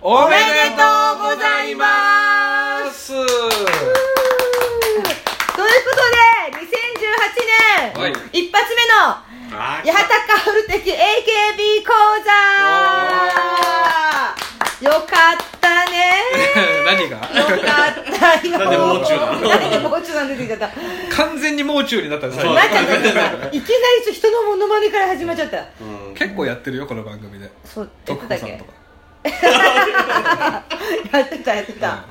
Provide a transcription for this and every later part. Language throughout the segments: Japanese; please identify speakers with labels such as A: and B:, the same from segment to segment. A: お
B: めでとうございますということで、2018年、
A: はい
B: 一発目の
A: あ
B: 八幡薫的 AKB 講座よかったね
A: 何が
B: よかったよ
C: なんでもう中なの
B: なんでもう中なん出てきちゃったなっ
A: 完全にもう中になったんです
C: そう
B: ちゃんだってさいきなりちょ人のモノマネから始まっちゃった
C: うん
A: 結構やってるよこの番組で
B: そうやっ
A: 徳
B: て
A: 子
B: たっ
A: さん
B: け
A: とか
B: やってたやってた、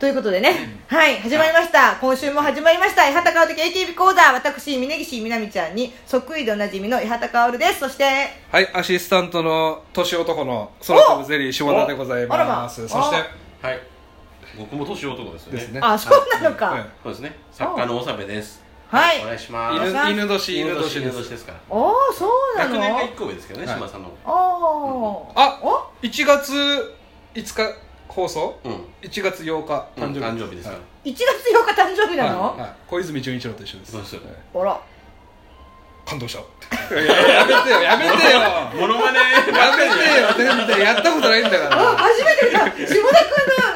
B: ということでねはい始まりました今週も始まりました八幡薫的 AKB 講座私峯岸みなみちゃんにそっくりでおなじみの八幡薫ですそして
A: はいアシスタントの年男の空飛ぶゼリー下田でございます
B: お
A: そし
B: あらま
A: て
C: はい僕も年男ですよね
A: ですね
B: あそうなのか、
A: はい
C: そうですね作家の納めです
B: はい
C: お願いします
B: お願いします
A: 犬犬年
C: 犬
A: 犬
C: 年
A: 年
C: 犬
A: で
C: 年
A: す
C: ですから
B: おおそうな
C: 100
B: の
C: 年が1個上ですけどね
A: はい
C: 島さんの
B: おー
A: あ
B: お
A: 1月5日放送
C: うん
A: 1月8日
C: 誕
A: 誕生日
C: 生日ですから
B: 1月8日誕生日なの、
A: はいはい小泉純一郎と一緒です
C: そうですよ
A: はい
B: あら
A: 感動したいややめてよやめてよ
C: モノマネ
A: やめてよ全然やったことないんだか
B: あ
A: ら
B: 初めて見た下田君のモノ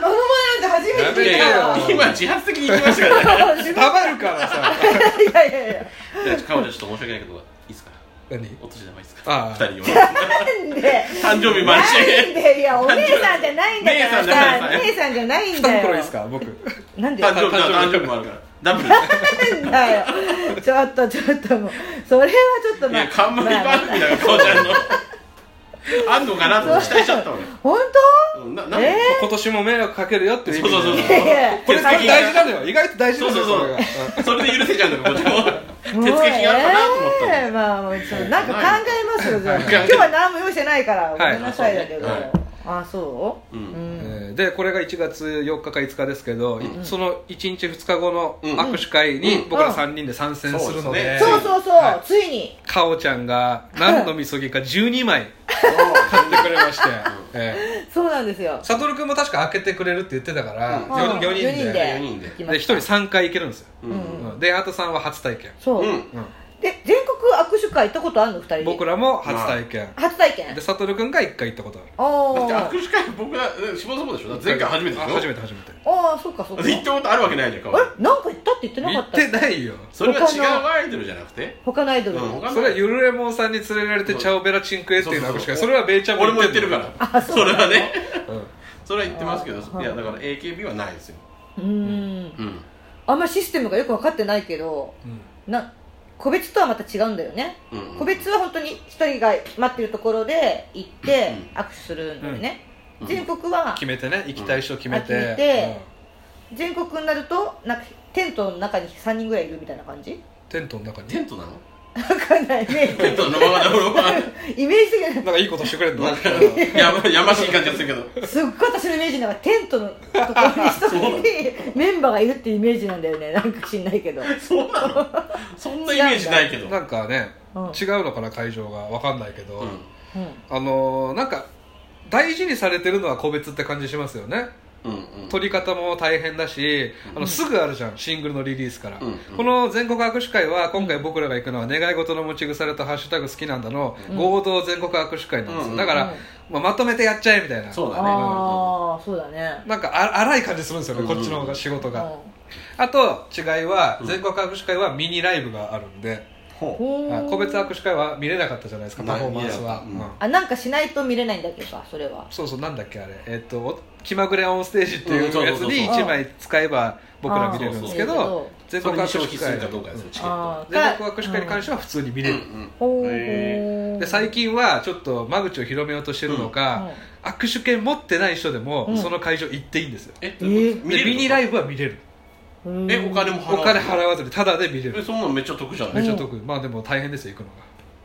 B: マネなんて初めて見た
A: やめてよ
C: 今自発的に行きましたからね
B: 自分
A: たまるからさ
B: いやいやいや
C: じゃあ顔でちょっと申し訳ないけどいいですか
A: 何
C: お年玉いいです
A: あ
C: か
A: あ
C: 二人用
B: なんで
C: 誕生日毎
B: な
C: 日
B: んでいやお姉さんじゃないんだからさ姉
C: 姉
B: さんじゃないん
A: 二
B: だよ
A: 袋いいですか僕
B: なんで
C: 誕生
B: な
C: 日誕生日もあるからダブル
B: んだよちょっとちょっともうそれはちょっと
C: い
B: まあ
C: や冠
B: まあ
C: 番組だから顔ちゃんのあんのかなと期待しちゃった俺
B: 本
C: うんな
B: 当
C: な
B: え
A: 今年も迷惑かけるよっていう意味で
C: そうそうそう
B: ーいやいや
A: これこれ大事なのよ意外と大事なのよ
C: そうそ
A: こ
C: う
A: れがうん
C: それで許せちゃうんだからこっちも
B: もう
C: 手つけ気があるかなと思った
B: え
C: の
B: ーまあもうちょっとなんか考えますよじゃあ
A: はい
B: 今日は何も用意してないからご
A: はい
B: めんなさいだけど
C: はい
B: あそうう
C: うん
B: ん
A: えーでこれが1月4日か5日ですけど、いその1日2日後の
C: うん
A: 握手会
C: う
A: に
C: ん
A: 僕ら3人で参戦するの
C: そうで
A: で、
C: すね
B: そうそうそう
A: はい
B: ついに
A: かおちゃんが何のみそぎか12枚買ってくれまして、え
B: そうなんですよ
A: ー、サトル君も確か開けてくれるって言ってたから、
C: う
B: 四
A: よ
C: ん
A: 4人
B: 人
A: で
B: で
C: 四人で
B: 行き
A: で
B: ま
A: 1
B: した
A: 人3回行けるんですよ、
C: う
B: うんん
A: うんであとさんは初体験、
B: そう
C: うん
A: うん
B: で全国握手会行ったことあるの二人で
A: 僕らも初体験、
B: 初体験
A: でサトル君が1回行ったことある
B: お
C: だ
B: お
C: って握手会僕がえ下さんもでしょだって前回初めてでし
A: あ
C: ょ
A: 初めて初めて
B: ああそっかそっか
C: 行ったことあるわけないじゃん
B: あ
C: 顔
B: れなんか行ったって言ってな
A: 行
B: かっ
A: ったてないよ
C: それは違うアイドルじゃなくて
B: 他のアイド
C: う
B: ル
C: ん
B: の
C: 他
A: それは
C: の
A: ゆるれもんさんに連れられてチャオベラチンクエっていうのは
C: そう
A: 確
C: そう
A: か
C: そ
A: に
C: う
A: それはベイちゃんも
C: 俺も言ってるから
B: あそう
C: それはね
A: ら、うん
C: それは言ってますけど
B: あー
C: いやだから AKB はないですよ
B: うーん
C: うん
B: あんまシステムがよく分かってないけどな個別とはまた違うんだよね
C: うん
B: 個別は本当に一人が待ってるところで行って握手するんだよね、
C: うん
B: 全国は
A: 決めてね行きたい人決めて,、
B: あ決めて全国になるとなんかテントの中に3人ぐらいいるみたいな感じ
A: うんテントの中に
C: テントなの
B: わかんないね
C: テントのままだ俺は
B: イメージ的に
A: なんかいいことしてくれるの
C: なんかやばやましい感じがするけど
B: すっごい私のイメージなんかテントのところに一人にメンバーがいるっていうイメージなんだよねなんか知んないけど
C: そうなのそんなイメージないけ ど
A: なんかね、
B: うん
A: 違うのかな会場がわかんないけど、
C: うん
B: うん
A: あのーなんか大事にされてるのは個別って感じしますよね
C: うんうん
A: 取り方も大変だし、あのすぐあるじゃんシングルのリリースから、
C: うんうん
A: この全国握手会は今回僕らが行くのは「願い事の持ち腐れと「ハッシュタグ好きなんだの」合同全国握手会なんですよ、
C: うん
A: だから、まあ、まとめてやっちゃえみたいな
C: そうだね
B: ああそうだね
A: なんかあ荒い感じするんですよね、
C: うん
A: こっちの方が仕事
B: うん
A: が、あと違いは
C: うん
A: 全国握手会はミニライブがあるんで、
C: ほ
B: ほー
A: はい個別握手会は見れなかったじゃないですか
C: まあ
A: パフォーマンスは、
C: 見れなかった
B: あなんかしないと見れないんだっけかそれは
A: そうそうなんだっけあれえっ、とお気まぐれオンステージってい
C: うんそう
A: う
C: そ
A: や
C: う
A: つ
C: そう
A: に1枚使えば僕ら見れるんですけ
B: あーそう
A: ど
C: う
A: 全
C: そ
A: 国
C: れに消
A: 握
C: 費
A: 手
C: す
A: 会
C: るかどうかですよチケッ
B: あー
A: 全国握手会に関しては普通に見
C: ト
A: れ
C: う
A: る、
C: ん
B: ほう
C: へ
A: で最近はちょっと間口を広めようとしてるのか、握手券持ってない人でも、
B: うん
A: その会場行っていいんですよ
C: えっ
B: えー
A: でミニラ
C: イ
A: イブは見れる
B: うん
C: えお金も払
A: お
C: う
A: 金払わずにタダで見れ
C: え
A: る
C: そんなのめっちゃ得じゃな
A: めっ
C: い
A: ちゃ得まあでも大変ですよ行くのが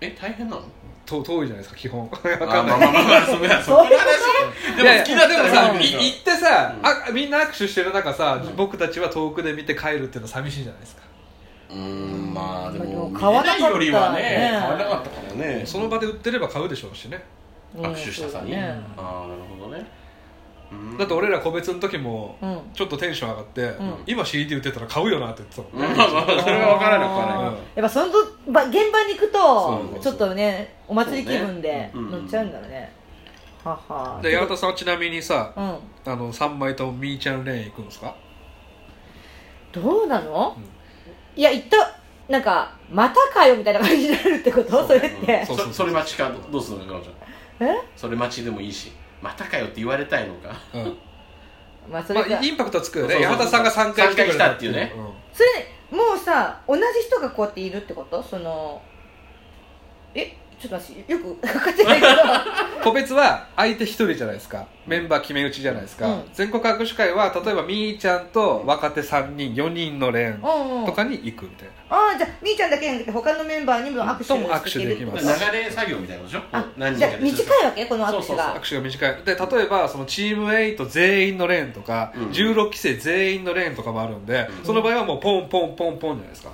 C: え大変なの
A: と遠いじゃないですか基本わ
C: あ
A: か
C: まあ
A: んない
C: まあまあまあそれはそれ
B: そういうこ
C: でも好きだっ
A: で
C: た
A: も
C: ら
A: さ
C: 見
A: い
C: に行く
A: 行ってさ
C: うん
A: あみんな握手してる中さ僕たちは遠くで見て帰るっていうのは寂しいじゃないですか
C: うーんまあで
B: で
C: も
B: も
C: 見
B: 買わ
C: れ
B: なかっ
C: な
B: たね
C: いよりはね買わなかったからね
A: その場で売ってれば買うでしょうしね
B: と
C: 握手したさに
B: うん
C: ああなるほどねうん
A: だって俺ら個別の時も
B: うん
A: ちょっとテンション上がって
B: ん
A: 今 CD 売ってたら買うよなって言ってたもん
C: うんまあまあそれは分からない分から
A: い
C: ない
B: やっぱそのとば現場に行くと
C: そう
B: ちょっとねお祭り気分で
C: そうね
B: 乗っちゃうんだろうねはは
A: で八幡さんはちなみにさ
B: うん
A: あの3枚ともみーちゃんレーン行くんですか
B: どうなの、いや行ったなんかまたかよみたいな感じになるってこと それって、
A: そうそうそう
C: そそれ待ちかどどうするのかなちゃん
B: え
C: それ待ちでもいいしまたかよって言われたいのか
A: うん
B: まあそ
A: ま
B: れ
A: あ
B: か
A: インパクトはつくよね
C: そうそうそ
A: 八
C: う
A: 幡さんが3回来てくれ
C: 三回来たっていうね
A: ん
B: それもうさ同じ人がこうやっているってことそのえちょっと私よく分かってないけ ど
A: 個別は相手一人じゃないですかメンバー決め打ちじゃないですか、
B: うん
A: 全国握手会は例えばみーちゃんと若手3人4人の連
B: うん、うん、
A: とかに行くみたい
B: ああじゃあみーちゃんだけじゃなくて他のメンバーにも握手
A: とも
B: をしていける
A: 握手でき
B: って
A: ま
B: こ
A: す
B: と
C: 流れ作業みたいなことでしょ
B: あ
C: 何
B: じ
C: 人
B: ゃ
C: か
B: あ
C: で
B: 短いわけこの握手
C: そうそうそ
A: な
B: が
A: 握手が短いで例えばそのチーム8全員の連とか、
C: うん
A: 16期生全員の連とかもあるんで、
C: うん
A: その場合はもうポンポンポンポンじゃないですか、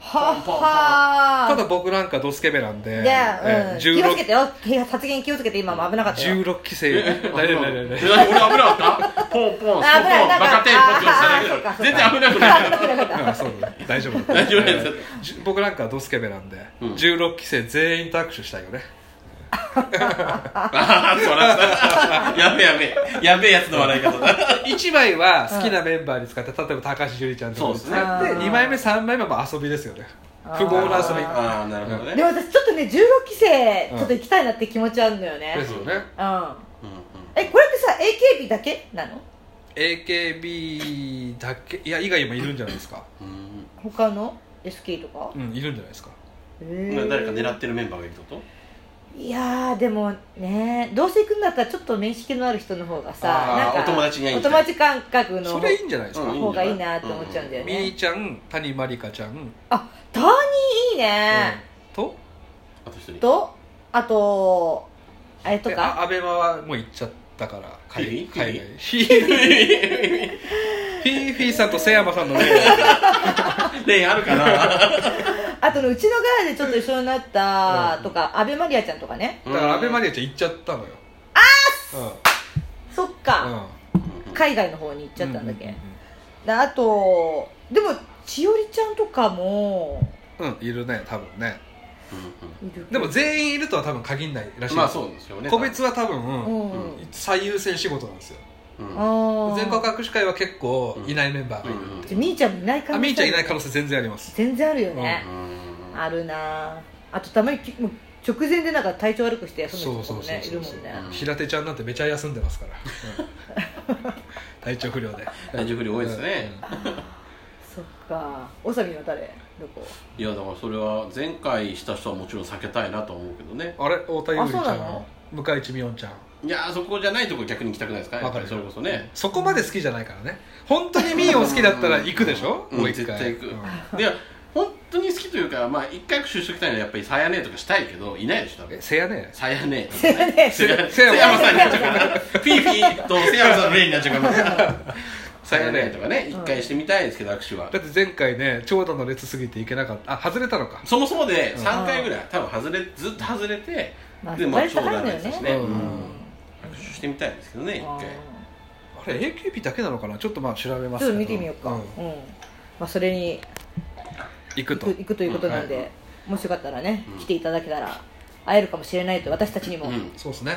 B: は
C: ポンポンポン
B: は
A: ただ僕なんかドスケベなんで、
B: じゃあ、うん、
A: えー
B: 気をつけ
A: 16,
B: てよ発言気をつけて今も危なかったよ
A: 16期生
C: え
A: 大丈夫大丈夫大丈夫
C: え俺危なかったポンポンスポンポンバ
B: あ危ないなんか
C: カテンポンって押しただ
B: あ
C: け
B: ーそうかそ
C: だ
B: うか
C: 全然危なくない
B: 危なかった
A: うんそうだ大丈夫
C: 大丈夫です
A: じゅ僕なんかはドスケベなんで、
C: うん
A: 16期生全員と握手したいよね
C: ああそらさやべえやべえやべえやつの笑い方だ
A: 1枚は好きなメンバーに使って、例えば高橋樹里ちゃんとかに使
C: そう
A: っ
B: で
A: て
B: すね
A: 2枚目3枚目も遊びですよね 不毛な遊び
B: あ
C: ああなるほどね
B: でも私ちょっとね16期生
A: うん
B: ちょっと行きたいなって気持ちあるのよね、う
A: で
B: ん、
A: すよね
C: うんうん
B: えこれってさ AKB だけなの
A: AKB だけいや以外もいるんじゃないですか
C: うん
B: 他の SK とか、
A: うんいるんじゃないですか
B: え
C: な
B: ー
C: 誰か狙ってるメンバーがいるってこと
B: いやーでもねどうせ行くんだったらちょっと面識のある人の方がさ
C: あー
B: なんか
C: お友達に会い
B: お
C: に行き
B: 友
C: たい
B: 達感覚の
A: それいいんじゃないですか、
C: うん
B: 方がいいなって思っちゃうんだよ
A: み
B: ね、
A: ーちゃん谷まりかちゃん、うん
B: あターニーいいね、
A: と
C: あと一人
B: とあとあれと
A: で
B: か
A: あアベマはもう行っちゃったから海
C: フィフィ
A: 海外フィフィフィフィさんと瀬山さんの例
C: 例あるかな
B: あとのうちのガヤでちょっと一緒になったとか、阿部マリアちゃんとかね
A: だから、アベマリ
C: で
A: アちゃん行っちゃったのよ。
B: そっ
A: うん。うん。
B: か、
A: 行っ
B: 海外の方に行っちゃったんだっけ、であとでも千織ちゃんとかも
A: うん、いるね、多分ね。でも全員いるとは多分限んないらしい。
C: まあそうですよね
A: 個別は多
B: う
A: 分、
B: ん、
C: うん
A: 最優先仕事なんですよ。
C: うん
B: ああ
A: 全国握手会は結構いないメンバーがいるって
B: じゃあみーちゃんもいない
A: いう。
B: 感
A: あ、
B: じ
A: みーちゃんいない可能性全然あります。
B: 全然あるよね、
C: うん
B: あるなああとたまにきもう直前でなんか体調悪くして休
A: そ
B: む
A: う
B: 人と
A: そ
B: か
A: う
B: も
A: そう
B: ねい
A: そ
B: る
A: う
B: もんね
A: 平手ちゃんなんてめちゃ休んでますから。うん体調不良で。
C: 体調不良多いですね
A: うん。
B: そっかおさみは誰ど こ
C: いやだからそれは前回した人はもちろん避けたいなとは思うけどね
A: あれ、太田優里ちゃ
B: あそうんなの。
A: 向井地美音ちゃん。
C: いやーそこじゃないとこ逆に行きたくないですかやっぱりそれこそね
A: そこまで好きじゃないからね本当にミーを好きだったら行くでしょ、
C: うん
A: もう一
C: 絶
A: 回
C: 対行く
A: うん
C: で本当に好きというかまあ一回就職したいのはやっぱりさやねとかしたいけどいないでしょ多分
A: えせやね
C: さやね
B: せやね
C: せや
A: せ
C: せ
A: や
C: や
A: ま
C: まさんになっちゃうからフィーフィーとせやまさんの例になっちゃうからさやねとかね一回してみたいですけど握手は
A: だって前回ね長蛇の列すぎて行けなかったあ外れたのか
C: そもそもで
A: うん
C: 3回ぐらい多分外れずっと外れて
B: まあ
C: で
B: 割と高いのよね
C: 長蛇の列だしね
A: うん
C: 握手してみたいんですけどね一
B: あ
C: 回
A: あれ AKB だけなのかなちょっとまあ調べま
B: ー
A: す
B: ち
A: け
B: ょっと
A: ど
B: 見てみようか、うん
A: ん
B: まあ、それに
A: 行
B: 行
A: くと
B: く行くということなんで、
A: うん
B: もしよかったらね、
C: うん
B: 来ていただけたら会えるかもしれないと私たちにも、
C: う
B: うん
C: ん
A: そうですね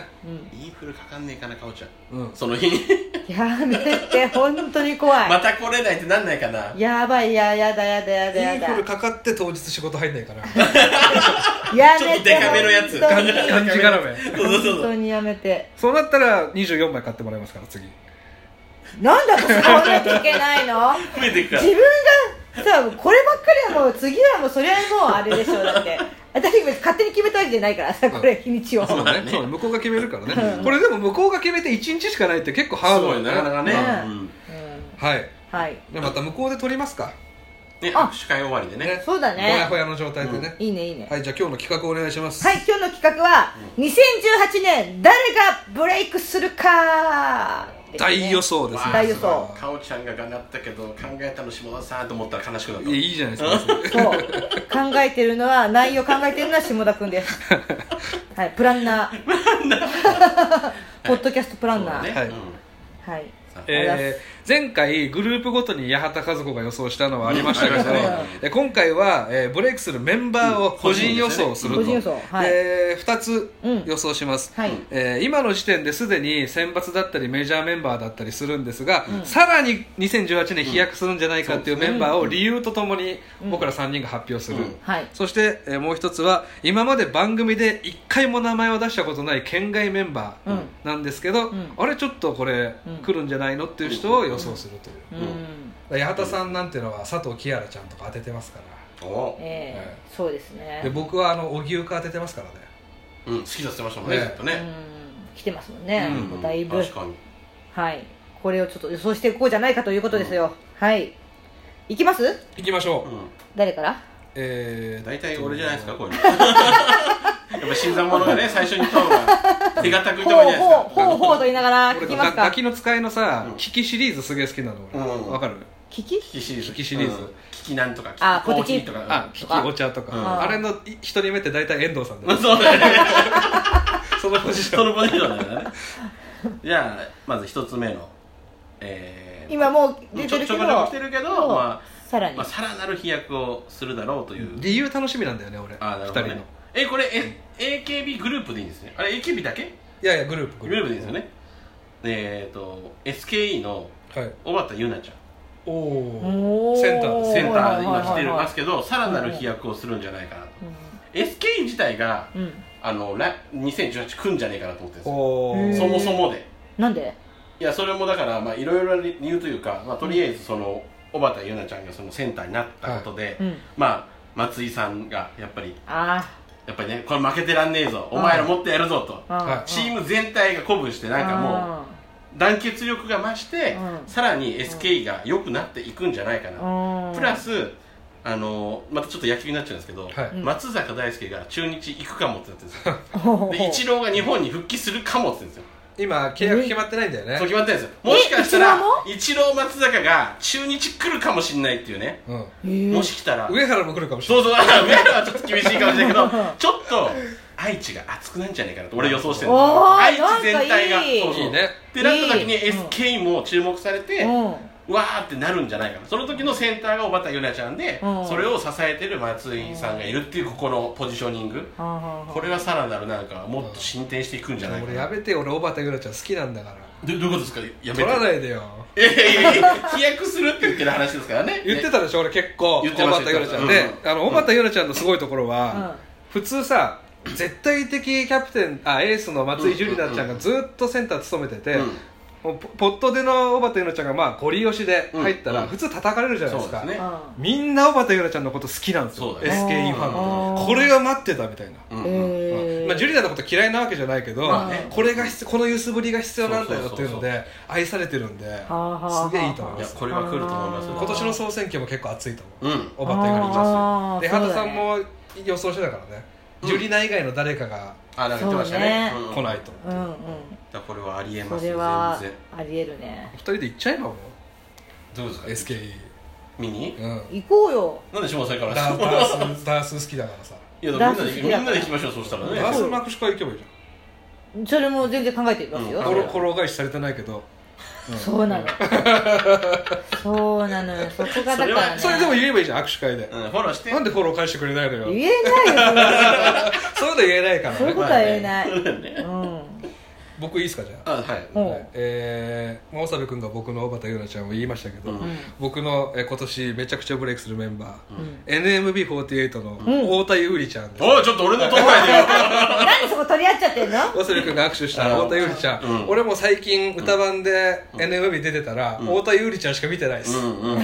C: インフルかかんねえかなかおちゃん
A: うん
C: その日に
B: やめて本当に怖い、
C: また来れないってなんないかな
B: やばいややだやだやだ
A: イン
B: や
A: フル
B: だ
A: かかって当日仕事入んないから
B: や
C: ちょっ
B: め
C: と
B: て
C: デカめのや
B: 本
C: つ
B: 当
A: がん
B: に
A: がんじがらめ
C: そうそうそう
B: 本当にやめて
A: そうなったら24枚買ってもらいますから次
B: なんで私買わなきゃいけないの
C: 増えていくから
B: 自分がさこればっかりはもう次はもうそれはもうあれでしょうだって私勝手に決めたわけじゃないからさこれ日にちを
A: そうねそうね向こうが決めるからねこれでも向こうが決めて1日しかないって結構ハー
C: す
A: ド
C: ご
A: だよ
C: いなかなかね
B: ね
C: うん
B: うん
A: はい
B: はい
A: でまた向こうで撮りますか
C: ね
B: あ
C: 握手会終わりでね
B: そうだ
A: ほや
B: ね
A: ほやの状態でね、
B: いいねいいね
A: はいじゃあ今日の企画お願いします
B: はい、今日の企画は、2018年、誰がブレイクするか、ですね
A: 大予想ですね
B: 大予想
A: そ
C: かおちゃんががなったけど考えたの下田さんと思ったら悲しくなっ
A: れ
C: た
A: はいやいいじゃないですか
B: そう。考えてるのは、内容考えてるのは下田くんです。はい、プランナー。ポッドキャストプランナー。
C: そうだね
A: はい
C: うん
B: はい。
C: さあ
B: えありがとうござい
A: えー前回グループごとに八幡和子が予想したのはありましたけ
B: う
A: ど、
B: んありましたね
A: え今回は、えーブレイクするメンバーを個人予想すると、
B: 個人予想はい
A: で2つ
B: うん
A: 予想します、
B: はい
A: えー今の時点ですでに選抜だったりメジャーメンバーだったりするんですが、さらに2018年飛躍するんじゃないかっていうメンバーを理由とともに僕ら3人が発表する、
C: うん
B: はい
A: そして、えーもう一つは今まで番組で一回も名前を出したことない県外メンバ
B: うん
A: ーなんですけど、
B: うん
A: あれちょっとこれ、
B: うん
A: 来るんじゃないのっていう人を予想するという、
B: う、
C: うんん
A: だから八幡さんなんていうのは佐藤キアラちゃんとか当ててますから
C: お
B: ええそうですね
A: で僕はあの荻生か当ててますからね
C: うん、好きだって言ってましたもんね、
A: ね
C: ずっと
B: う
C: ね。
B: ん来てますもんね、
A: うん
B: もうだいぶ
C: 確かに。
B: はいこれをちょっと予想していこうじゃないかということですよ、はいいきます
A: いきましょう、
C: う
B: 誰から
A: えー
C: ん。大体俺じゃないですか、こういうの。やっぱ新参者がね、最初に来た方が手堅くい
B: ほ
C: た方が
B: う
C: いいじゃ
B: ほう
C: な
B: ほう
C: い
B: ほうと言いながら聞
A: 俺
B: き
A: の
B: ます
A: ガ
B: か
A: ガキの使いのさ、
C: うん
A: 聞きシリーズすげえ好きなの俺
C: うん
A: わ、かる
B: 聞き
C: ですか。聞きシリーズ。
A: 聞きシリーズ
C: うん聞きなんとか、聞き
B: あ
C: コーヒー
B: ポテチ
C: とか。
A: あ
B: と
A: 聞き
B: か
A: お茶とか、
C: うん
A: あれの一人目って大体遠藤さんだ
C: うん
A: よ
C: そうだよね。
A: そのポジション
C: そのポジションだよね。じゃあ、まず一つ目の。えー
B: 今もう出
C: ちょ
B: てる
C: ち
B: けど
C: ょこちょこ来てるけど、ま
B: さら
C: あ、
B: に、
C: まあ、さらなる飛躍をするだろうという。
A: 理由楽しみなんだよね俺
C: あー、
A: 二
C: なるほ
A: 人
C: ど、
A: の
C: ね。え、これ、え、AKB グループでいいんですね。あれ、AKB だけ
A: いやいやグループ
C: グループでいいですよね。えっと、SKE の
A: はい
C: 小畑優奈ちゃ
A: おおー
B: お
A: センターです
C: ん。センターで今来て
B: はいはいはい
C: ますけど、さらなる飛躍をするんじゃないかなと。SKE 自体が、
B: うん、うん
C: あの、来2018来んじゃねえかなと思ってるんですよ
A: お
B: へー
A: ー
C: そもそもで。
B: なんで
C: いや、それもだから、まあ、いろいろな理由というか、まあ、とりあえず、その、小畑優奈ちゃんがそのセンターになったことで、
B: うん
C: まあ、松井さんが、やっぱり、
B: あ
C: やっぱりね、これ負けてらんねえぞ、お前らもっとやるぞと。
B: ーあ
A: はい
C: チーム全体が鼓舞して、なんかもう、団結力が増して、
B: うん
C: さらに SKE が良くなっていくんじゃないかな、
B: も
C: プラスあのまたちょっと野球になっちゃうんですけ
A: は
C: ど、
A: い
C: 松坂大輔が中日行くかもってなってるんです よで
B: で
C: イチローが日本に復帰するかもって言ってるんですよ
A: 今契約決まってないんだよね
C: そう決まってるんですよもしかした
B: イ
C: ら
B: チロー
C: イチロー松坂が中日来るかもしれないっていうね、
A: うん
C: もし来たら
A: 上原も来るかもしれ
C: そうそう上原はちょっと厳しいかもしれないけど
B: うん
C: ちょっと愛知が熱くなんじゃないかなと俺予想してる
B: おー
C: 愛知全体が
B: なんかいい
C: そう
A: ない
C: そう
A: いいね
C: ってなった時に
B: いいうん
C: SK も注目されて、
B: うん
C: わーってなるんじゃないかなその時のセンターが小畑優奈ちゃんで、
B: うん
C: それを支えてる松井さんがいるっていうここのポジショニング、これはさらなるなんかもっと進展していくんじゃな
A: ない
C: いか
A: 俺
C: な、
A: やめて俺小畑ぐらちゃん好きなんだから
C: どどういうことですかやめ
A: 取ら
C: て
A: ないでよ
C: いやいやいやいや飛躍するって言ってる話ですからね
A: 言ってたでしょ俺結構
C: 言
A: 小
C: ってました
A: 畑ぐらちゃん
C: 言
A: で
C: ってました
A: あの
C: うん
A: 小畑ぐらちゃんのすごいところ
B: うん
A: は普通さ絶対的キャプテンあエースの松井樹里奈ちゃんがずっとセンター務めてて
C: うん
A: もうポポットでの小畑ぐらちゃんがまあゴリ押しで入った
C: うん
A: ら
C: うん
A: 普通叩かれるじゃないです
C: そうで
A: か
C: すね
A: みんな小畑優奈ちゃんのこと好きなんですよ、
C: そうだ
A: SKE
C: ね
A: ファン
B: あー
A: のこれが待ってたみたいな、
C: う
B: うん
C: んうん
B: えー
A: まあ、ジュリアのこと嫌いなわけじゃないけど、
C: まあね
A: これが必このユースぶりが必要なんだよっていう
C: そう
A: の
C: そうそう
A: で愛されてるんで
B: あはあはあ
A: すげえいいと思い
C: い
A: ま
C: や
A: す
C: これは来ると思いますよ
B: あー
A: 今年の総選挙も結構熱いと思
C: うん
A: う小畑優奈ちゃん
B: あー
A: で
B: そうだ
A: 畑
B: ね
A: さんも予想してたからね、
C: うん
A: ジュリナ以外の誰かが
C: あなんか言ってましたね
B: そうね
C: うん
A: 来ないと、
B: う
A: 一
B: んうん
C: だからこれはありえま
B: こ
C: す
B: れ
C: よ
B: は
C: 全然
B: ありえるね
A: 人で行っちゃえばもう
C: どうですか
A: SKE
C: 見に
A: うん
B: 行こうよ
C: なんで下さんから
A: ダダースダース好きだからさ
C: いやだからみんな
B: ダンス好
C: で
B: き
C: みん
B: だ
C: なで行きましょうそうしたらね
A: ダースマクシコ行けばいいじ
B: それも全然考えています
A: ゃ
B: よ
A: ん
C: うん
A: コロコロ返しされてないけど
B: そうなのそうなのよそこがだからね
A: それでも言えばいいじゃん握手会で
C: うんフォローして
A: なんでフォロー返してくれないのよ
B: 言えないよ
A: そういうの言えないか
B: そういうこ
A: らね
B: とは言えない
C: まあねそうだよね
B: うん
A: 僕いいですかじゃあ
C: あはい
B: うん
A: はいえー、真く君が僕の小畑優奈ちゃんを言いましたけど、
C: うん
B: うん
A: 僕の、えー今年めちゃくちゃブレイクするメンバー、
B: うん
A: NMB48 の太田優里ちゃんです、
C: おいちょっと俺のとこやでよ
B: なんでそこ取り合っちゃってんの
A: 大瀬君が握手した
C: うん
A: 太田優里ちゃん、
C: うん
A: 俺も最近歌番で NMB 出てたら、
C: ん
A: 太田優里ちゃんしか見てないです、
C: うんうんうんうん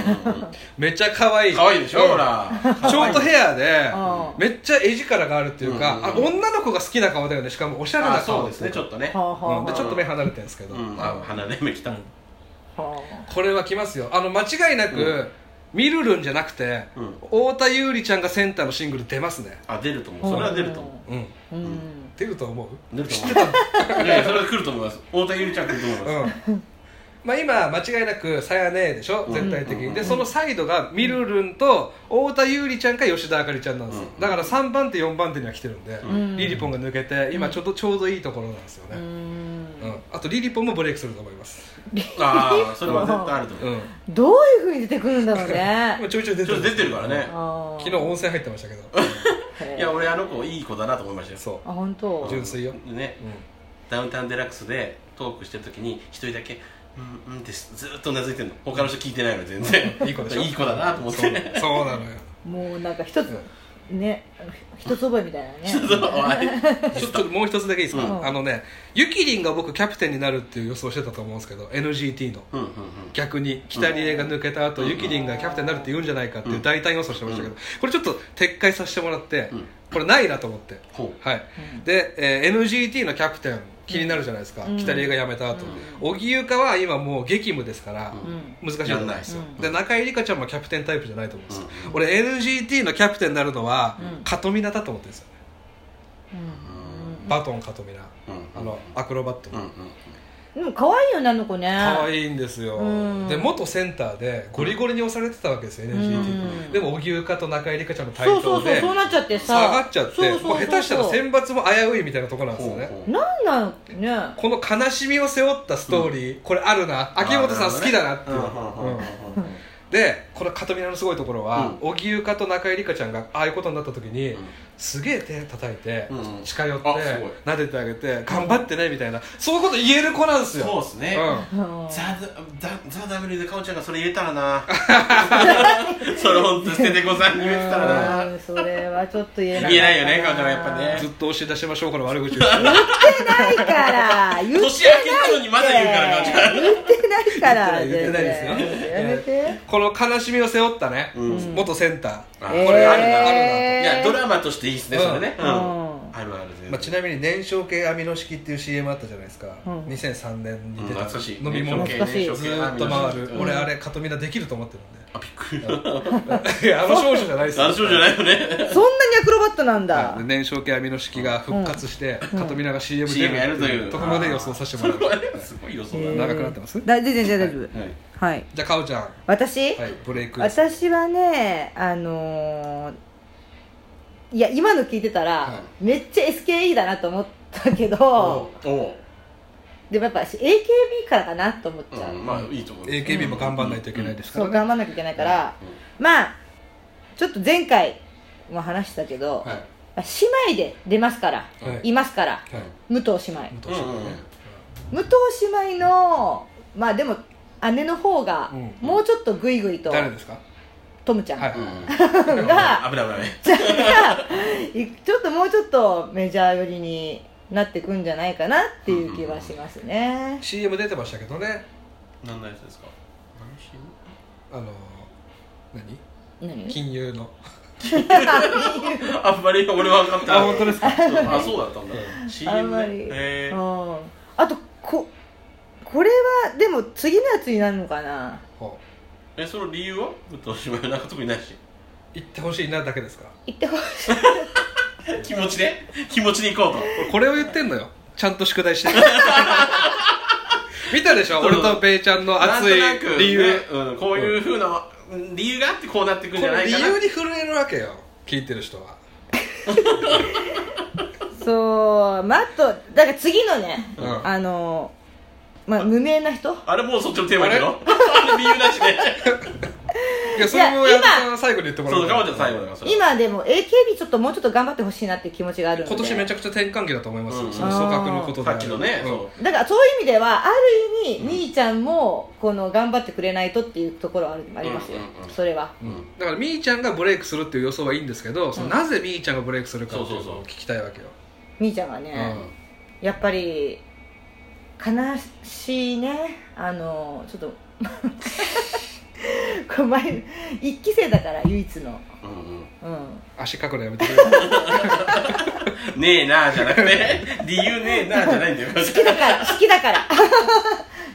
A: めっちゃ可愛い
C: 可愛いでしょ
A: うん
C: ほら
A: ショートヘアで
B: うん
A: めっちゃ絵力があるっていうか、
C: うん
A: あ女の子が好きな顔だよねしかもおしゃれな
C: あ
A: 顔
C: そうですねちょっとね
B: はあはあ
A: うんでちょっと目離れてるんですけど、
C: うんあ鼻で目きた
B: はあ
A: これは来ますよあの間違いなく、
C: うん
A: 見るるんじゃなくて、
C: うん
A: 太田優里ちゃんがセンターのシングル出ますね
C: あ出ると思うそれは出ると思
A: うん
B: ううん
A: 出ると思う
C: う出ると思ういやいやそれは来ると思います太田ゆりちゃん来ると思いま
A: うん まあ、今間違いなく「さやね」でしょ全体的
C: うんうんうん
A: に
C: う
A: でそのサイドがみるるんと太田優里ちゃんか吉田あかりちゃんなんですよ
C: うんうん
A: だから3番手4番手には来てるんで
B: ん
A: リリポンが抜けて今ちょうどちょうどいいところなんですよ
B: うー
A: ねうんんあとリリポンもブレイクすると思います
C: ああそれは絶対あると
A: う
C: 思うん
B: どういうふうに出てくるんだろうね
A: 今ちょいちょい出
C: ち
A: て
C: ょっと出てるからね
B: あー
A: 昨日温泉入ってましたけど
B: へー
C: いや俺あの子いい子だなと思いましたよ
A: そ
B: あ本当
A: う純粋よ
C: ねダウンタウンデラックスでトークしてる時に一人だけ「うんうん」ってずーっとうなずいてるの他の人聞いてないの全然
A: いい子でしょ
C: いい子だなと思っ
A: そう
C: て
A: そうなのよ
B: もうなんか一つね一つ覚えみたいなね
C: そうお い
A: ちょっともう一つだけいいですか、
B: うん
A: あのねゆきりんが僕キャプテンになるっていう予想してたと思うんですけど NGT の
C: うんうん
A: 逆に北に絵が抜けた後、
C: うん
A: ゆきりんがキャプテンになるって言うんじゃないかっていううん大胆予想してましたけど、これちょっと撤回させてもらって、
C: うん
A: これないなと思って、
C: ほう
A: はい
B: うん
A: で、えー NGT のキャプテン気になるじゃないですか、
B: うん
A: 北に絵が辞めた後
B: う
A: 荻生香は今もう激務ですから、
C: う
B: うん
A: 難しいと思うんですよ
B: やんない、
A: で中井里香ちゃんもキャプテンタイプじゃないと思うんですよ、
C: うん
A: 俺 NGT のキャプテンになるのは、
B: うん
A: カトミナだと思ってるんですよね
B: うん
A: バトンカトミナ
C: うん
A: あのアクロバット
C: うん
A: の、
C: うん
B: でも可愛いよねあの子ね
A: 可愛いんですよ、
B: うん
A: で元センターでゴリゴリに押されてたわけですよ
B: うん
A: NGT、でも荻生香と中井里香ちゃんの対
B: そうそ
A: 等
B: うそう
A: で
B: そうなっちゃってさ
A: 下がっちゃって
B: そうそうそうそう
A: もう下手したら選抜も危ういみたいなところなんですよ
C: ほう
A: ね
C: ほう
B: なんなのね
A: この悲しみを背負ったストーリー、これあるな秋元さん好きだなっていう、
C: あーるほどねうんうんうんうん
A: でこのカトミナのすごいところは
C: う
A: 荻生香と中井里香ちゃんがああいうことになった時に、
C: うん
A: すげえ手叩いて、
C: うん
A: 近寄って
C: あすごい
A: 撫でてあげて頑張ってねみたいなそういうこと言える子なんですよ
C: そうですね
A: うん
B: うん
C: ザ・ザ・ザ・ W でかおちゃんがそれ言えた らな それ本当捨ててこさんに言えてたら
B: うんそれはちょっと言えな
C: ない言えないよねかおちゃんはやっぱね
A: ずっと押し出しましょうこの悪 口を
B: 言ってないから言ってないって
C: 年明けなのにまだ言うからかおちゃん
B: 言ってないから
A: 言ってないですよ
B: 全然やめて
A: この悲しみを背負ったね、
C: うん
A: 元センター、
C: あ
B: えー
A: これあるなある
C: いやドラマとしていいですねそれね
A: う
C: うんん
B: うん
C: あるある
A: な、
C: 全
A: まあ、
C: 然
A: ちなみに燃焼系アミノ式っていう CM あったじゃないですか、
B: うん
A: 2003年
C: う
A: に
C: ん
A: 出た
C: 懐かしい
A: 飲み物
B: 系
A: 系
B: 懐かしい
A: ずーっと回る、
C: うん
A: 俺あれカトミナできると思って
C: あびっくり
A: るんでいやあの少女じゃないですよ
C: あの少女じゃないよね
B: そんなにアクロバットなんだ
A: はいで燃焼系アミノ式が復活して、
B: うん
A: カトミナが CM 出
C: CM や
A: る
C: る
A: って
C: と
A: い
C: いうう
A: ところまで予想させてもらいました
C: うすごい予想だ
B: へー
C: な
A: 長くなってます
B: だ全然全然大丈
C: はい
B: 夫はい
A: じゃあかおちゃん、
B: はい私
A: はい、ブレイクです
B: 私はねあのーいや今の聞いてた
A: は
B: らめっちゃ SKE だなと思ったけど
C: おお
B: でもやっぱ AKB からかなと思っちゃう
C: うんまあいいと思う
A: AKB も頑張んないといけないですか
B: そう
A: らね、
B: 頑張んなきゃいけないからまあちょっと前回も話したけど
A: はい
B: まあ姉妹で出ますから
A: はい
B: いますから
A: はい
B: 武藤姉妹
A: 武藤さんね、
B: 武藤姉妹のまあでも姉の方が
A: うん
B: もうちょっとグイグイと
A: 誰ですか
B: トムちゃん
A: は
B: が
A: い
C: うん うんうん
B: ち ゃん
C: 危ない危な
B: が
C: い
B: いちょっともうちょっとメジャー寄りになってくんじゃないかなっていう気はしますね
A: CM 出てましたけどね
C: 何のやつですか何し
A: あの何
B: 何
A: 金融の
C: あんまり俺は分かって
A: あ本当ですか
C: かあそうだったんだ CM ね
B: あんまり
C: へ
B: う
C: ー
B: んあとここれはでも次のやつになるのかな
A: ほ
C: えその理由は武藤姉妹はなんか特にないし
A: う言ってほしいなだけですか
B: 言ってほしい
C: 気持ちで気持ちに行こうと
A: これを言ってんのよちゃんと宿題して 見たでしょ俺とベイちゃんの熱い
C: なんとなく
A: 理由、
C: ねうんこういうふうなうん理由があってこうなってくん
A: こ
C: じゃな
A: の
C: い
A: 理
C: かな
A: 由に震えるわけよ聞いてる人は
B: そうまああとだから次のね、
A: うん
B: あのまあ無名な人
C: あれもうそっちのテーマだよあれ理由なしで
A: いやそれもやっと最後に言ってもら
C: そううかもちゃん最後だからそれ
B: 今でも AKB ちょっともうちょっと頑張ってほしいなっていう気持ちがあるので
A: 今年めちゃくちゃ転換期だと思いますよ、
C: うん
A: その組閣のことで
C: さっきのね、
A: うん
C: そ
B: だからそういう意味ではある意味、みーちゃんもこの頑張ってくれないとっていうところはあるありますよ、
C: うんうんうん
B: それは
C: う、うん
A: だからみーちゃんがブレイクするっていう予想はいいんですけど、そのなぜみーちゃんがブレイクするかってい
C: そう
A: う
C: そ
A: の
C: うそう
A: を聞きたいわけよ、
B: みーちゃんが
A: う
B: ね、
A: ん
B: やっぱり悲しいねあのちょっと これ前一期生だから唯一の
C: うん
B: うん
A: 足かくのやめてくれ
C: うん、ねえなあじゃなくて 理由ねえなあじゃないんだよ
B: 好きだから好きだから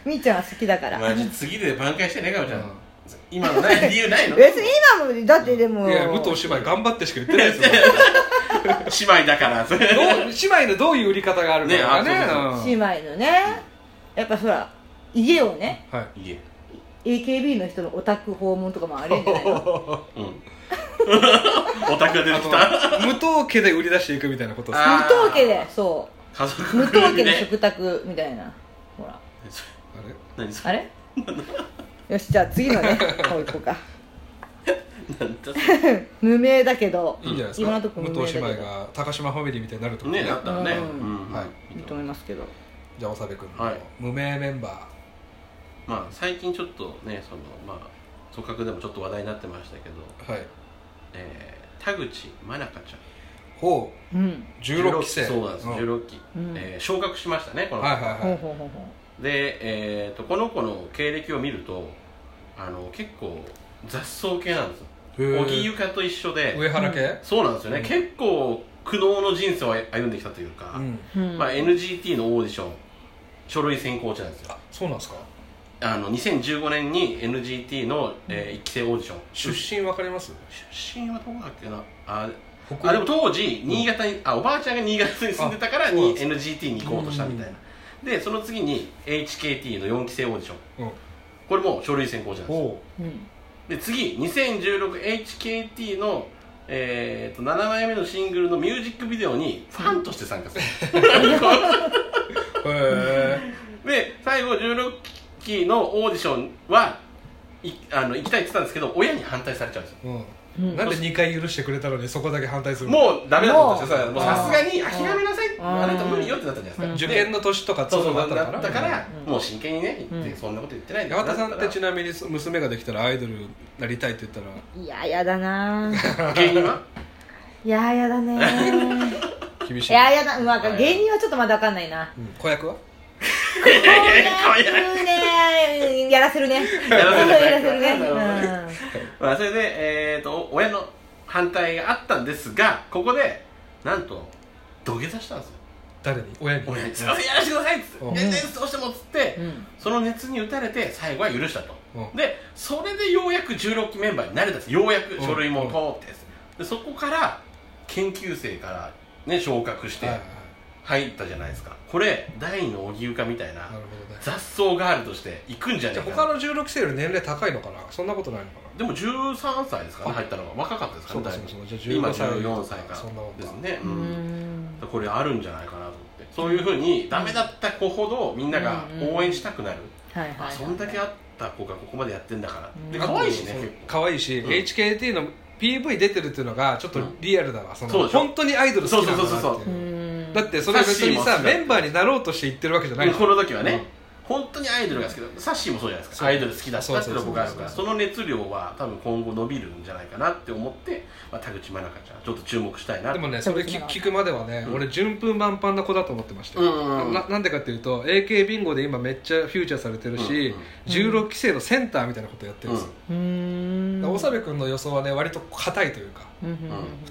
B: みーちゃんは好きだから
C: マジ次で挽回してねかおちゃん、
A: うん
C: 今のない理由ないの姉
B: 別に今もだってでも
A: いや武藤姉妹頑張ってしか言ってないですよ
C: 妹だからそれ
A: どう姉妹のどういう売り方があるのかがね
C: ねあ
A: うん
B: 姉妹のねやっぱほら家をね
A: はい
C: いえ
B: AKB の人のお宅訪問とかもあるんじゃないの
C: うん オタクが出てきた
A: あと無党家で売り出していくみたいなことです
C: あ
A: な
B: 無当家でそ
C: 家
B: う
C: 族
B: 無当家の
C: ね
B: 食卓みたいなほら
C: それ
A: れ
C: 何そ
B: あ
C: れ
B: れよしじゃあ次のね 方行こうか
C: なんだそ
B: 無名だけど
A: いいんじゃないです
B: 今
A: か
B: のとこ
A: 武
B: 無名だ
A: 藤
B: け
A: 姉
B: ど
A: 妹が高島ファミリーみたいになると
C: れ
A: か
C: ねなったらね
B: うん
C: うん
A: はい
B: いいと思いますけど
A: じゃあ長部君の、
C: はい
A: 無名メンバ
C: まあ最近ちょっとねそのまあ組閣でもちょっと話題になってましたけど
A: ーはい
C: えー田口真中ちゃん
A: ほ
B: うん
A: う16期生
C: そうなんです、16期、
B: うん
C: えー昇格しましたねこの子
A: はいはいは
B: ほうほ
A: い
B: うほうほ
C: で、えー、とこの子の経歴を見るとあの結構雑草系なんですよ
A: へー
C: 荻ゆかと一緒で
A: 上原系
C: そうなんですよね、結構苦悩の人生を歩んできたというか、
A: うん
B: ううん
C: まあ、NGT のオーディション書類選考中なんですよ
A: あそうなんですか
C: あの2015年に NGT の、えー、1期生オーディション
A: 出身わかります
C: 出身はどこだっけなあ
A: 北
C: あでも当時新潟に、あおばあちゃんが新潟に住んでたからに
A: あそう
C: NGT に行こうとしたみたいなでその次に HKT の4期生オーディション
A: うん
C: これも書類選考じゃないですか
A: ほ
B: うん
C: で次 2016HKT の、えー、と7枚目のシングルのミュージックビデオにファンとして参加する
A: うへえ
C: で最後16期のオーディションはいあの行きたいって言ってたんですけど親に反対されちゃうんですよ
A: う
B: うんん
A: なんで2回許してくれたのにそこだけ反対するの
C: もうダメだと思ってたんですよ
B: もう
C: さすがに
B: あー
C: 諦めなさい
B: あー
C: あなた無理よってなったじゃないですか
A: 受
C: で
A: 験の年とか
C: そうそう
A: だ
C: だ
A: っ
C: ったた
A: のか
C: か
A: な
C: ら、
B: うん
C: もう真剣にね言って、
B: うん
C: そんなこと言ってないんだ
A: 八幡さんってち
C: な
A: なみに娘ができたらアイドルなりたいって言ったら
B: いややだなぁ
C: 芸人はい
B: ややだねー
A: 厳 し
B: い
A: い
B: ややだうんわか芸人はちょっとまだわかんないな
A: うん子役は
C: 可愛い
B: ねやらせるね
C: やらせるね
B: やらせるね
C: なまあそれで、えー、と親の反対があったんですがここでなんと土下座したんですよ
A: 誰に親に
C: 親に「すいませんやらせてください」っつって
A: うん
C: 「全然どうしても」っつって、
B: うんうん
C: その熱に打たれて最後は許したと、
A: うん
C: でそれでようやく16期メンバーになれたんですようやく
A: うん
C: 書類も通ってですでそこから研究生からね昇格して、
A: はいはい
C: 入ったじゃないですかこれ第二の荻生かみたいな
A: なるほどね
C: 雑草ガールとして行くんじゃ
A: じ
C: な
A: ゃ
C: い
A: あ
C: か
A: 他
C: な
A: の16世より年齢高いのかなそんなことないのかな
C: でも13歳ですかね
A: あ
C: 入ったのは若かったですか
A: そう
C: ね
A: か
C: だい
A: そうか
C: ぶ
A: そうかじゃあ
C: 今
A: 15歳
C: 14歳か
A: そんなもんか
C: ですね、
B: う
C: うん
B: ん
C: これあるんじゃないかなと思ってそういうふうにダメだった子ほどみんなが応援したくなる、
B: はいはいは
C: あ
B: い
C: そんだけあった子がここまでやってんだから、
B: うん
C: で
A: あと
C: 可愛いしね
A: そう
C: 結構
A: 可愛いし、
C: うん
A: HKT の PV 出てるっていうのがちょっとリアルだわ、その
C: そうでしょ
A: 本当にアイドル好きなんだなっていう
C: そうそ
B: う
C: うそうそ
B: ん
A: だってそれは別に
C: サ
A: さ
C: ッシーも好きだって
A: メンバーになろうとして言ってるわけじゃない
C: で
A: じゃん
C: この時はね、本当にアイドルが好きだサッシーもそうじゃないです
A: そ
C: か
A: う
C: アイドル好きだったってとこがあるから
A: そ
C: その熱量は多分今後伸びるんじゃないかなって思って、まあ、田口真中ちゃんちょっと注目したいな
A: でもねそれ聞聞くまではね、
C: うん
A: 俺順風満帆な子だと思ってましたよ、
C: うんうんうん
A: ななんでかっていうと AK ビンゴで今めっちゃフューチャーされてるし、
B: うんうん
A: 16期生のセンターみたいなことやってるんですよ、
B: うーん
A: だから長部君の予想はね割と硬いというか
B: うんうん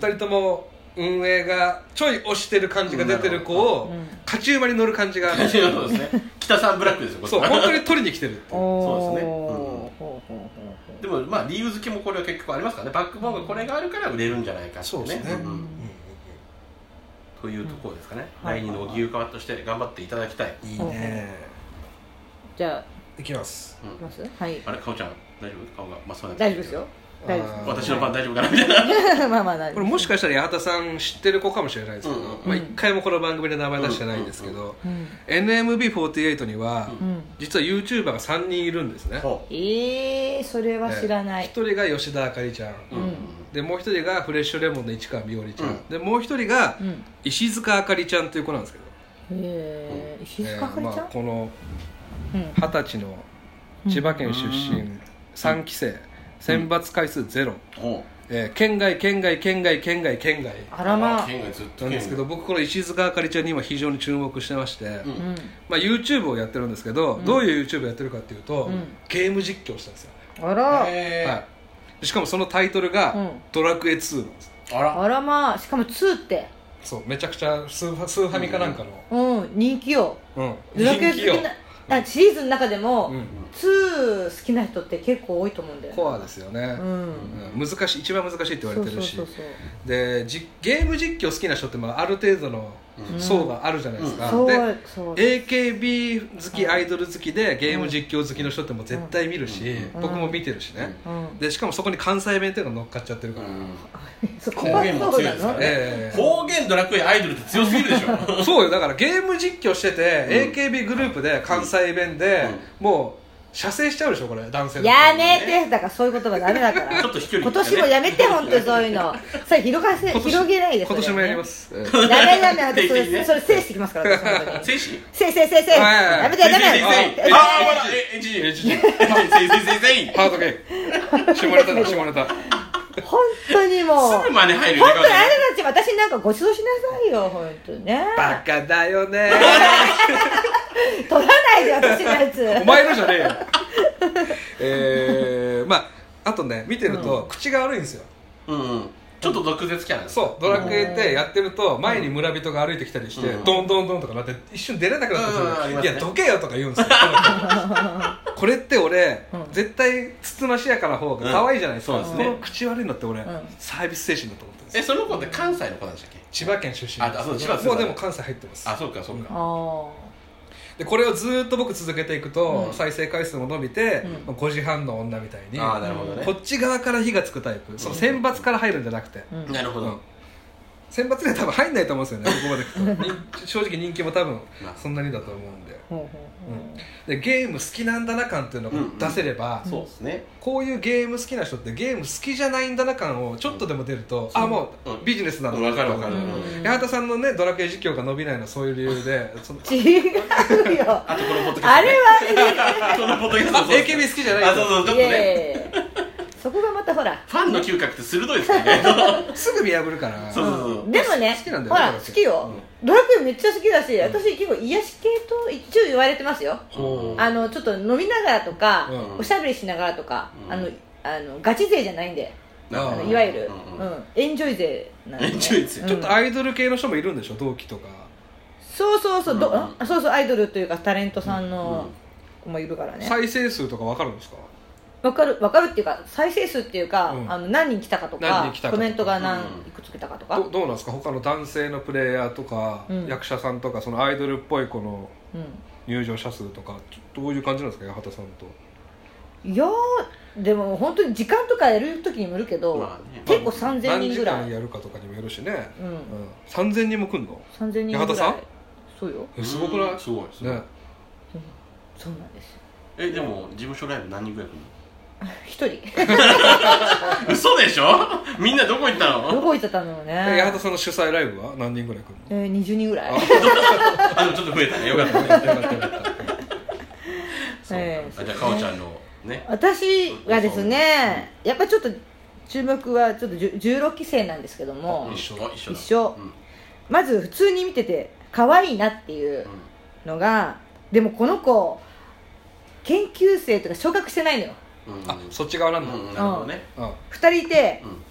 A: 2人とも運営がちょい押してる感じが出てる子を、
B: うん
A: 勝ち馬に乗る感じがある
C: そうですね北さんブラックですよこっち
A: そう
C: は
A: 本当に取りに来てるっていう
B: おー
C: そうですねうん
B: ほうほうほう
C: でもまあ理由付けもこれは結局ありますからねバックボーンがこれがあるから売れるんじゃないかって
A: そうですね、
C: う
A: うんうんうん
C: んというところですかね、
B: うん
C: 第二の荻生川として頑張っていただきたい、
A: うん、いいね
B: じゃあ
A: いきます
C: うん
B: いきますはい
C: あれかおちゃん大丈夫顔が真っ青にな
B: 大丈夫
C: ってきてる
B: ですよ大丈夫
A: あー
C: 私の番大丈夫かなみたい な
B: まあまあ大丈夫
A: これもしかしたら八幡さん知ってる子かもしれないですけど、
C: うんうん
A: まあ、一回もこの番組で名前出してないんですけど、
B: うん、
A: NMB48 には、
B: うん、
A: 実は YouTuber が3人いるんですね
C: そ
B: えー、それは知らない
A: 1、人が吉田あかりちゃん、
C: う、うん
B: うん
A: でもう1人がフレッシュレモンの市川美織ちゃん、
C: うん
A: でもう1人が
B: うん
A: 石塚あかりちゃんという子なんですけど、
B: えー、石塚あかり
A: えー
B: ちゃ
A: まあ、
B: ん、
A: この
B: うん
A: 二十歳の千葉県出身、
C: う
A: 3期生選抜回数ゼロ、
C: おう
A: えー県外県外県外県外県外
B: あらまあ
C: 県外ずっと
A: なんですけど僕この石塚あかりちゃんに今非常に注目してまして、
C: うん
B: うん
A: まあ、YouTube をやってるんですけど、
B: うん
A: どういう YouTube やってるかっていうと、
B: うん
A: ゲーム実況をしたんですよね、
B: あら、
C: え
A: はいで、しかもそのタイトルが「
B: うん
A: ドラクエ2」なんです
C: あら
B: あらまあしかも2って
A: そうめちゃくちゃスーファスーファミかなんかの、
B: うん人気よ
A: うん
B: ドラクエ
A: 人気よ
B: 好きなあシリーズの中でも、
A: うん、
B: 2好きな人って結構多いと思うんだよね
A: コアですよね、
B: う
A: うん
B: ん
A: 難しい一番難しいって言われてるし
B: そうそうそうそう
A: でじゲーム実況好きな人ってまあある程度のう層があるじゃないですか、
B: そう
A: で
B: そう
A: AKB 好きアイドル好きでゲーム実況好きの人ってもう絶対見るし、
B: ん
A: 僕も見てるしね、
B: うん
A: でしかもそこに関西弁っていうのが乗っかっちゃってるから、
B: そこ
C: 方
B: は
C: 言も
B: そう
C: 強い
B: な
C: ですから
B: の
C: ね、
A: ええ
C: 方言ドラクエアイドルって強すぎるでしょ
A: そうよだからゲーム実況してて、AKB グループで関西弁で、もう射精しちゃうでしょこれ男性の
B: やめてだからそういうことがダメだ から
C: ちょっと飛距離
B: 今年もやめて本当にそういうのそれ広がせ
A: 今年
B: 広げないでそ
A: 今
B: れ
A: 年もやります、ええ
B: ダメダメ私そ
C: 定期的
B: れ
C: に
B: それ制してきますから私本当に
C: 精神
B: せいせいせいせい
A: はいはい
B: やめてやめて
A: せいせいせいせい
C: ああまだえエンジニエンジニエンジニエンジニ
A: ハードゲ ーム下ネタだ下ネタ
B: 本当にもう
C: すぐ真似入るよ
B: 本当にあなたたちも私になんかご馳走しなさいよ本当にね
A: バカだ よね
B: 取らないで私のやつ
A: お前のじゃねえよえー、まああとね見てると、口が悪いんですよ
C: うんうんちょっと毒舌キャラ
A: そうドラクエってやってると前に村人が歩いてきたりして、
C: うん
A: どんどんどんとかなって一瞬出れなくなったりす
C: うんうんあり
A: る、
C: ま
A: い
C: すね
A: やどけよとか言うんです よこれって俺、
B: うん
A: 絶対つつましやかな方が可愛いじゃないですか、
C: うんそうですね
A: この口悪いのって俺、
B: ん
A: サービス精神だと思ってるんです
C: えその子って関西の子なんでしたっけ
A: 千葉県出身
C: あそう千葉
A: もうでも関西入ってます
C: あそうかそうか
B: あ
A: でこれをずーっと僕続けていくと、
B: うん
A: 再生回数も伸びて、
B: うん
A: まあ5時半の女みたいに
C: ああなるほどね
A: こっち側から火がつくタイプその選抜から入るんじゃなくて、
B: ーうん
C: なるほ
A: うん
C: ど
A: 選抜には多分入んないと思うんですよね ここまで来ると人正直人気も多分
C: まあ
A: そんなにだと思うんで
B: ほうほ
A: でゲーム好きなんだな感っていうの
C: うんうん
A: が出せれば、
C: そうですね
A: こういうゲーム好きな人ってゲーム好きじゃないんだな感をちょっとでも出ると、あもう、
C: うん
A: ビジネスなの
C: うんわかるわかる
B: うん
A: 八幡さんのねドラクエ実況が伸びないのはそういう理由 でその
B: う違うよ
C: あとこのポッドキャスト
B: あれは
C: は このポッドキャスト
A: あ AKB 好きじゃないんだ
C: あそうそうちょっと
B: いやい
C: ね
B: やいやそこがまたほら
C: ファンの嗅覚って鋭いですよねそ
A: すぐ見破るから
C: そうそうそう
B: でもね
A: 好きなんだ
B: ほ
A: よね
B: ら
A: ドラクエ
B: 好きよ、ドラクエめっちゃ好きだし私結構癒し系と一応言われてますよ
A: ほう
B: あのちょっと飲みながらとか、
A: うん
B: おしゃべりしながらとか、
C: うん
B: あのあのガチ勢じゃないんで、
A: あ
B: あ
A: ー
B: のいわゆる、
C: う
B: う
C: んうんん
B: エンジョイ勢なんで、
C: エンジョイ勢
B: うん
A: ちょっとアイドル系の人もいるんでしょ同期とか
B: そうそうそう、ど
C: うん
B: んそうそうアイドルというかタレントさんの子もいるからね
A: 再生数とかわかるんですか
B: わかるわかるっていうか再生数っていうか、
A: うん
B: あの何人来たかと
A: 何
B: か
A: 人来たかとか
B: コメントが何
C: うん
B: いくつ来たかとか、
A: どどうなんですか他の男性のプレイヤーとか、
B: うん
A: 役者さんとかそのアイドルっぽい子の
B: うん
A: 入場者数とかちょどういう感じなんですか八幡さんと
B: いやーでも本当に時間とかやる時にもよるけど、
C: まあね
B: 結構3000
A: 何
B: 人
A: 時
B: ぐら
A: 間
B: い、
A: やるかとかにもよるしね、
B: うん
A: うん、3000人も来んの
B: 3000人ぐら
A: 八
B: い
A: 幡さん
B: そうよ
A: えすごくない、
C: うんすごいすごい
A: ね
B: そうなんですよ
C: えでも事務所ライブ何人ぐらい来るの
B: 一 人
C: 嘘でしょ みんなどこ行った
B: ど
C: の
B: こ行っちゃったのね
A: え八幡さんの主催ライブは何人ぐらい来るの
B: えー、20人ぐらい
A: あ
C: あでもちょっと増えたねよかったね
A: よかったよかったよかった
C: そう
B: ええ
C: あじゃあかおちゃんのね
B: 私がですねやっぱちょっと注目はちょっとじゅ16期生なんですけども
C: 一緒だ一緒だ
B: 一緒
C: うん
B: まず普通に見てて可愛いなっていうのがでもこの子研究生とか昇格してないのよ
C: うんうん
A: あそっち側なんだ、
C: うんなるほどね
A: うんはい
B: 2人いて
C: うん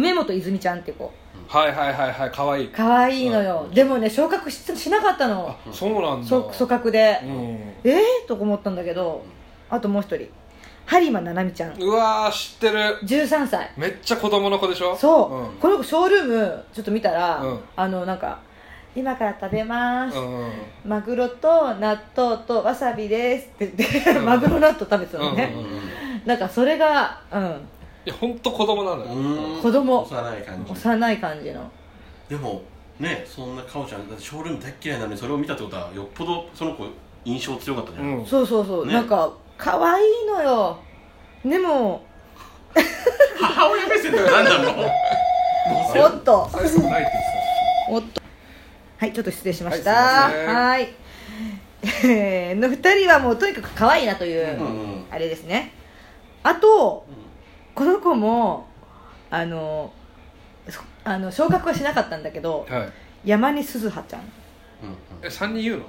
B: 梅本泉ちゃんって子
A: はいはいはい可愛い
B: 可愛いのよ
A: うん
B: でもね昇格ししなかったの
A: あそうなんだ
B: そ組閣で
A: うん
B: えー、と思ったんだけどあともう一人播磨七海ちゃん
A: うわー知ってる
B: 13歳
A: めっちゃ子供の子でしょ
B: そう、
A: うん
B: この子ショールームちょっと見たら、
A: うん
B: あのなんか「今から食べます、
A: うんうん
B: マグロと納豆とわさびです」って言って、マグロ納豆食べてたの
A: う
B: ね、
A: ん
B: なんかそれが、うん、
A: いや本当子供なのよ、
C: うん
B: 子供
C: 幼い感じ
B: 幼い感じの
C: でもねそんなかおちゃんだってショールーム大っ嫌いなのにそれを見たってことはよっぽどその子印象強かったんじゃない、
A: うん
B: そうそうそう、
C: ね
B: なんか可愛いのよでも
C: 母親目線って何だろう
B: おっと
A: 大したことないって言
B: お
A: ってた
B: っとはいちょっと失礼しました
A: はいすいません
B: はいえーの2人はもうとにかく可愛いなという、
C: うんうん
B: あれですねあとこの子もあのそあの昇格はしなかったんだけど
A: はい、
B: 山根鈴葉ちゃん
C: うんうん
A: え3人言うの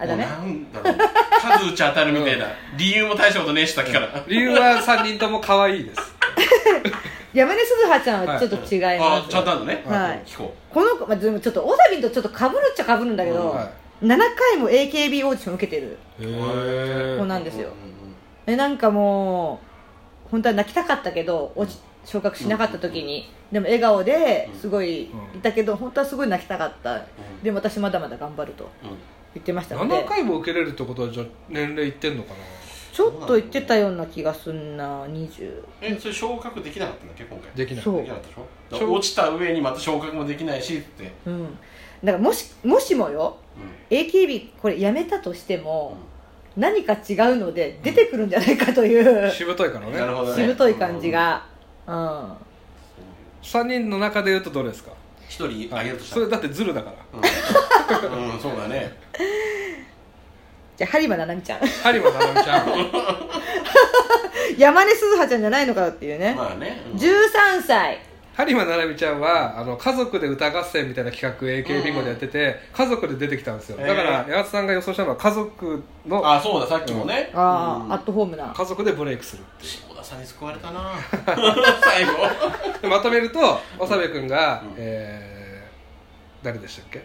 B: あだね
C: なんだろう数打ち当たるみたいな理由も大したことねえしさっきから
A: 理由は3人とも可愛いです
B: 山根鈴葉ちゃんはちょっと違いま
C: あ
B: す、
C: ちゃんとあるのね、
B: はい
C: 聞こ
B: この子、まあ、でもちょっとおさびんとちょっとかぶるっちゃかぶるんだけど、
C: うん
A: は
B: 7回も AKB オーディション受けてる
A: いへ
B: 子
A: え
B: なん
C: う
B: ですよ
C: うんうんうん
B: えなんかもう本当は泣きたかったけど落ち昇格しなかった時に、でも笑顔ですごい
A: うん
B: いたけど、本当はすごい泣きたかった、
C: ん
B: でも私まだまだ頑張ると
C: う
B: 言ってましたので
A: 7回も受けれるってことはじゃあ年齢いってんのかな
B: ちょっと言ってたような気がすんな20
C: んえそれ昇格できなかったんだっけ今回
A: できない
B: そう
C: できなかったでしょだから落ちた上にまた昇格もできないしって、うん
B: うんだからもしもしもよ AKB これやめたとしても、何か違うので出てくるんじゃないかという、
A: しぶといから
C: なる
A: ね
C: ほどね
B: しぶとい感じが、うん、
A: 3人の中で言うとどれですか
C: 一人あげるとした
A: そ
C: ら
A: れだってズルだから
C: うん、うん、そうだね
B: じゃあ播磨七海ちゃん
A: 有馬七海ちゃん
B: 山根鈴葉ちゃんじゃないのかっていうね、
C: まあね、うん
B: 13歳
A: 有馬七海ちゃんはあの家族で歌合戦みたいな企画 AKB でやってて家族で出てきたんですよ
C: へー
A: だから八幡さんが予想したのは家族の
C: あそうださっきもね、
B: ああ、
C: うん
B: アットホームな
A: 家族でブレイクする
C: 下田さんに救われたな最後
A: でまとめると長部君が
C: うん
A: えー誰でしたっけ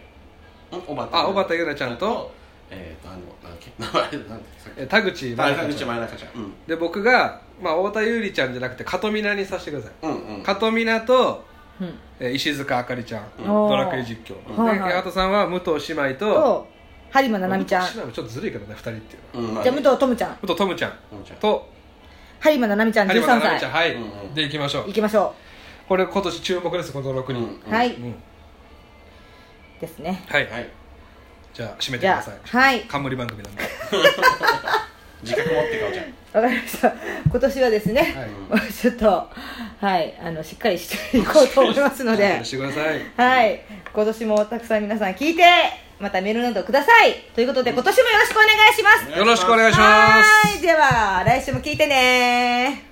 C: おば
A: あ小畑優奈ちゃんと
C: えっ、とあのなんだっけ名前なんだっけさっ
A: えー田口真
C: き田
A: 由香
C: 口
A: ちゃん
C: 真中ちゃんうん
A: で僕が、まあ、太田優里ちゃんじゃなくてカトミナにさせてください
C: うんうん
A: カトミナと、
B: うん
A: えー石塚あかりちゃん、
C: うん
A: ドラクエ実況
B: はい
A: で
B: はい
A: 八幡さんは武藤姉妹と
B: と播磨七海ちゃんじ
A: 武藤姉妹もちょっとずるいけどね2人っていうのは
C: うんまあ
B: ゃあ武藤トムちゃん
A: 武藤トムちゃん
C: うんちゃん
A: と
B: 播磨七海ちゃん
A: 有馬
B: 13
A: 七海ちゃ
B: 歳
A: んはい、
C: うんうん
A: でいきましょう
B: いきましょ
A: これ今年注目ですこの6
C: う
A: 人、
C: ん
B: う、は
A: う
B: い
A: ん
B: ですね
A: はい、
C: はい
A: じゃあ締めて
B: じ
A: く
B: ゃ
A: ださい
B: あはい
A: 冠番組なんで、
C: 自覚持ってかおちゃん
B: わかりました今年はですね、
A: はい
C: は
B: ちょっとはいあのしっかりしていこうと思いますので
A: 勘弁してください
B: はい今年もたくさん皆さん聞いてまたメールなどくださいということで今年もよろしくお願いします
A: よろしくお願いします
B: はいでは来週も聞いてね